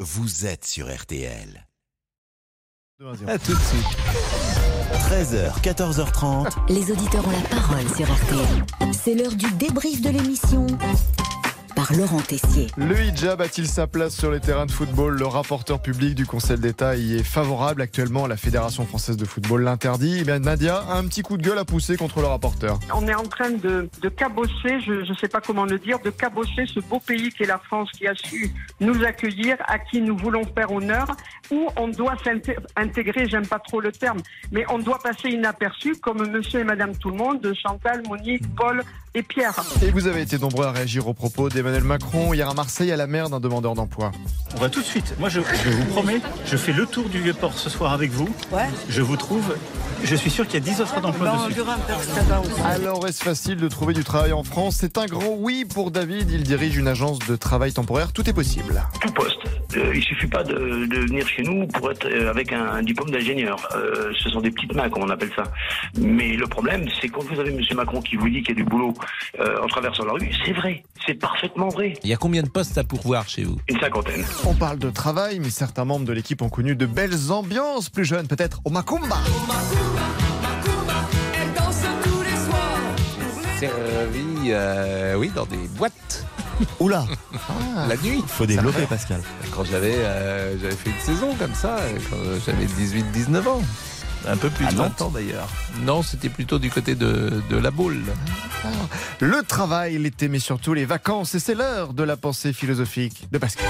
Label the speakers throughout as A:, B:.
A: vous êtes sur RTL.
B: À tout de suite.
A: 13h, 14h30.
C: Les auditeurs ont la parole sur RTL. C'est l'heure du débrief de l'émission par Laurent Tessier.
B: Le hijab a-t-il sa place sur les terrains de football Le rapporteur public du Conseil d'État y est favorable. Actuellement, la Fédération française de football l'interdit. Eh bien, Nadia a un petit coup de gueule à pousser contre le rapporteur.
D: On est en train de, de cabosser, je ne sais pas comment le dire, de cabosser ce beau pays qu'est la France qui a su nous accueillir, à qui nous voulons faire honneur, où on doit s'intégrer, j'aime pas trop le terme, mais on doit passer inaperçu comme monsieur et madame tout le monde, Chantal, Monique, Paul et Pierre.
B: Et vous avez été nombreux à réagir aux propos d'Emmanuel Macron hier à Marseille à la mer d'un demandeur d'emploi.
E: On va tout de suite. Moi, je, je vous promets, je fais le tour du Vieux-Port ce soir avec vous.
F: Ouais.
E: Je vous trouve. Je suis sûr qu'il y a 10 offres d'emploi
F: Bah, on
E: dessus.
F: verra un peu ce que ça va aussi.
B: Alors est-ce facile de trouver du travail en France C'est un grand oui pour David. Il dirige une agence de travail temporaire. Tout est possible.
G: tout poste. Euh, il suffit pas de, de venir chez nous pour être euh, avec un, un diplôme d'ingénieur. Euh, ce sont des petites mains, comme on appelle ça. Mais le problème, c'est quand vous avez Monsieur Macron qui vous dit qu'il y a du boulot euh, en traversant la rue, c'est vrai, c'est parfaitement vrai.
H: Il y a combien de postes à pourvoir chez vous
G: Une cinquantaine.
B: On parle de travail, mais certains membres de l'équipe ont connu de belles ambiances plus jeunes, peut-être au Macumba.
H: Servi, euh, oui, dans des boîtes,
A: Oula,
B: Ah.
H: la nuit.
A: faut développer Pascal.
H: Quand j'avais euh, j'avais fait une saison comme ça, euh, quand j'avais 18-19 ans. Un peu plus de 20 ans d'ailleurs. Non, c'était plutôt du côté de, de la boule.
B: Le travail, l'été, mais surtout les vacances. Et c'est l'heure de la pensée philosophique de Pascal.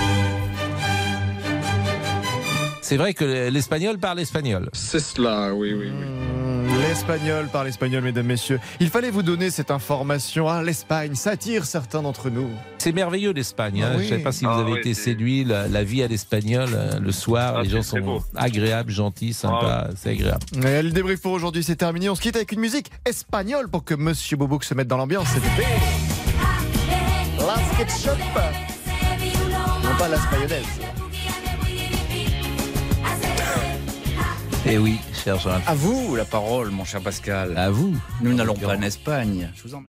H: C'est vrai que l'espagnol parle espagnol.
I: C'est cela, oui, oui, oui.
B: Mmh, L'espagnol par l'espagnol, mesdames, messieurs. Il fallait vous donner cette information. Ah, L'Espagne s'attire certains d'entre nous.
H: C'est merveilleux l'Espagne. hein.
B: Ah oui.
H: Je ne sais pas si vous
I: Ah
H: avez
I: oui,
H: été
I: c'est-
H: séduit. La, la vie à l'espagnol, euh, le soir,
I: Ah,
H: les
I: c'est-
H: gens
I: c'est
H: sont
I: beau. Ah.
H: agréables, gentils, sympas. C'est agréable.
B: Et le débrief pour aujourd'hui, c'est terminé. On se quitte avec une musique espagnole pour que Monsieur Bobouk se mette dans l'ambiance. C'était Las Ketchup. Non pas la Spagnonaise.
H: Eh oui, cher Jean.
J: À vous la parole, mon cher Pascal.
H: À vous.
J: Nous n'allons pas en Espagne. Je vous emmène.